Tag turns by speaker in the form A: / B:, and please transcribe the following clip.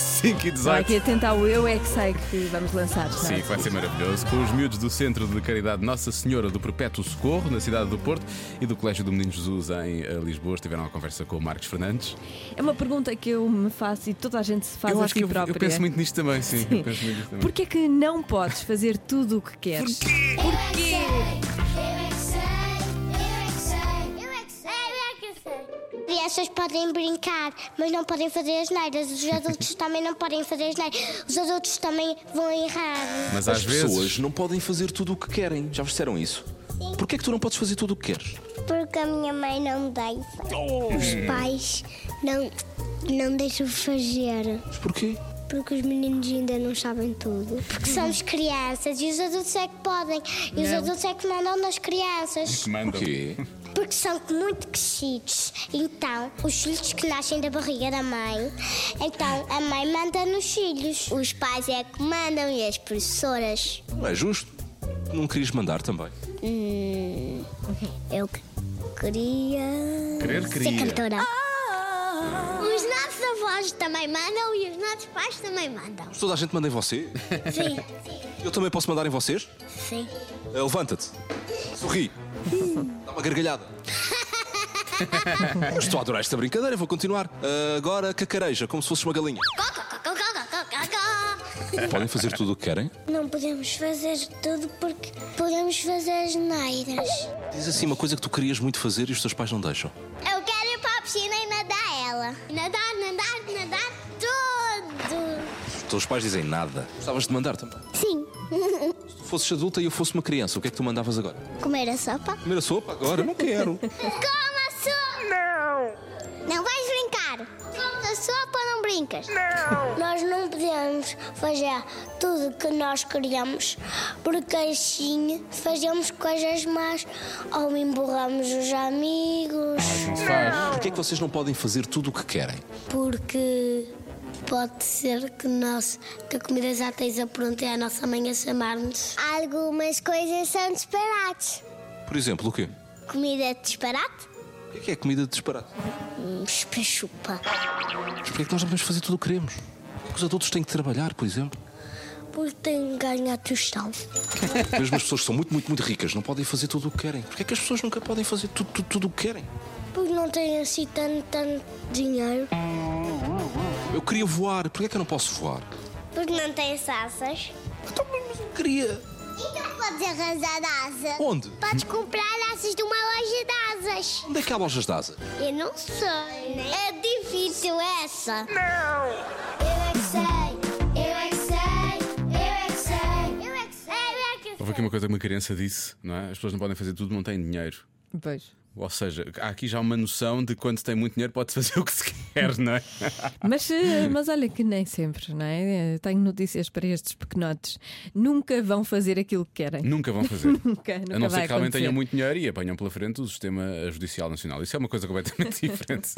A: Chique,
B: Estava
A: exato.
B: aqui a tentar o Eu É Que Sei que vamos lançar. não é?
A: Sim, vai ser maravilhoso. Com os miúdos do Centro de Caridade Nossa Senhora do Perpétuo Socorro, na cidade do Porto, e do Colégio do Menino Jesus, em eh, Lisboa, estiveram a conversa com o Marcos Fernandes.
B: É uma pergunta que eu me faço e toda a gente se faz
A: eu
B: a
A: acho
B: si
A: que eu,
B: própria.
A: eu penso muito nisto também, sim. Eu penso muito nisto também.
B: Porquê é que não podes fazer tudo o que queres?
C: é Porquê? é Crianças podem brincar, mas não podem fazer as neiras. Os adultos também não podem fazer as neiras. Os adultos também vão errar.
A: Mas
D: As
A: às
D: pessoas
A: vezes.
D: não podem fazer tudo o que querem. Já vos disseram isso? Porquê é que tu não podes fazer tudo o que queres?
C: Porque a minha mãe não me deixa. Os pais não, não deixam fazer.
D: Mas porquê?
C: Porque os meninos ainda não sabem tudo. Porque somos crianças e os adultos é que podem. E os adultos é que mandam nas crianças.
A: Mandam.
D: Porquê?
C: Porque são muito crescidos. Então, os filhos que nascem da barriga da mãe, então a mãe manda nos filhos. Os pais é que mandam e as professoras.
D: Não é justo. Não querias mandar também.
C: Eu que- queria
A: Querer,
C: ser
A: queria.
C: cantora. Os nossos avós também mandam e os nossos pais também mandam.
D: Mas Toda a gente manda em você.
C: Sim,
D: Eu também posso mandar em vocês?
C: sim.
D: Eh, Levanta-te. Sorri. Dá uma gargalhada. Eu estou a adorar esta brincadeira, eu vou continuar. Eh, agora cacareja, como se fosse uma galinha. Podem fazer tudo o que querem?
C: Não podemos fazer tudo porque podemos fazer as neiras.
D: Diz assim uma coisa que tu querias muito fazer e os teus pais não deixam.
C: Eu quero ir para a piscina e nadar ela. Nadar, nadar, nadar tudo.
D: Os teus pais dizem nada. Gostavas de mandar também.
C: Sim.
D: Se tu fosses adulta e eu fosse uma criança, o que é que tu mandavas agora?
C: Comer a sopa?
D: Comer a sopa? Agora? Não quero.
C: Coma a sopa! Não! Não vais brincar! Comes a sopa ou não brincas? Não! Nós não podemos fazer tudo que nós queremos, porque assim fazemos coisas más ou emburramos os amigos.
D: Porquê é que vocês não podem fazer tudo o que querem?
C: Porque pode ser que, nós, que a comida já esteja pronta e a nossa mãe a chamar-nos. Algumas coisas são disparates.
D: Por exemplo, o quê?
C: Comida é disparate?
D: O que é que é comida de disparate?
C: Hum, chupa-chupa.
D: Mas porquê é que nós não podemos fazer tudo o que queremos? Porquê é que Os adultos têm que trabalhar, por exemplo.
C: Porque tenho que ganhar tostão.
D: Mesmo as pessoas que são muito, muito, muito ricas não podem fazer tudo o que querem. Porquê é que as pessoas nunca podem fazer tudo, tudo, tudo o que querem?
C: Porque não tenho assim tanto, tanto dinheiro.
D: Eu queria voar, porquê é que eu não posso voar?
C: Porque não tenho asas.
D: Então, mas eu queria.
C: Então podes arranjar asas.
D: Onde?
C: Podes comprar asas de uma loja de asas.
D: Onde é que há lojas de asa?
C: Eu não sei. É difícil essa. Não. Eu é que sei. Eu é que sei. Eu é que sei. Eu é que sei. Eu é que sei.
A: Houve aqui uma coisa que uma criança disse, não é? As pessoas não podem fazer tudo, não têm dinheiro.
B: Pois.
A: Ou seja, há aqui já uma noção de quando se tem muito dinheiro pode-se fazer o que se quer, não é?
B: Mas,
A: Ah.
B: eh, mas olha que nem sempre, não é? Eh, Tenho notícias para estes pequenotes. Nunca vão fazer aquilo que querem.
A: Nunca vão fazer.
B: Nunca, nunca
A: Hum. a não ser
B: vai
A: que realmente
B: acontecer.
A: tenham muito dinheiro e apanham pela frente o sistema judicial nacional. Isso é uma coisa completamente diferente.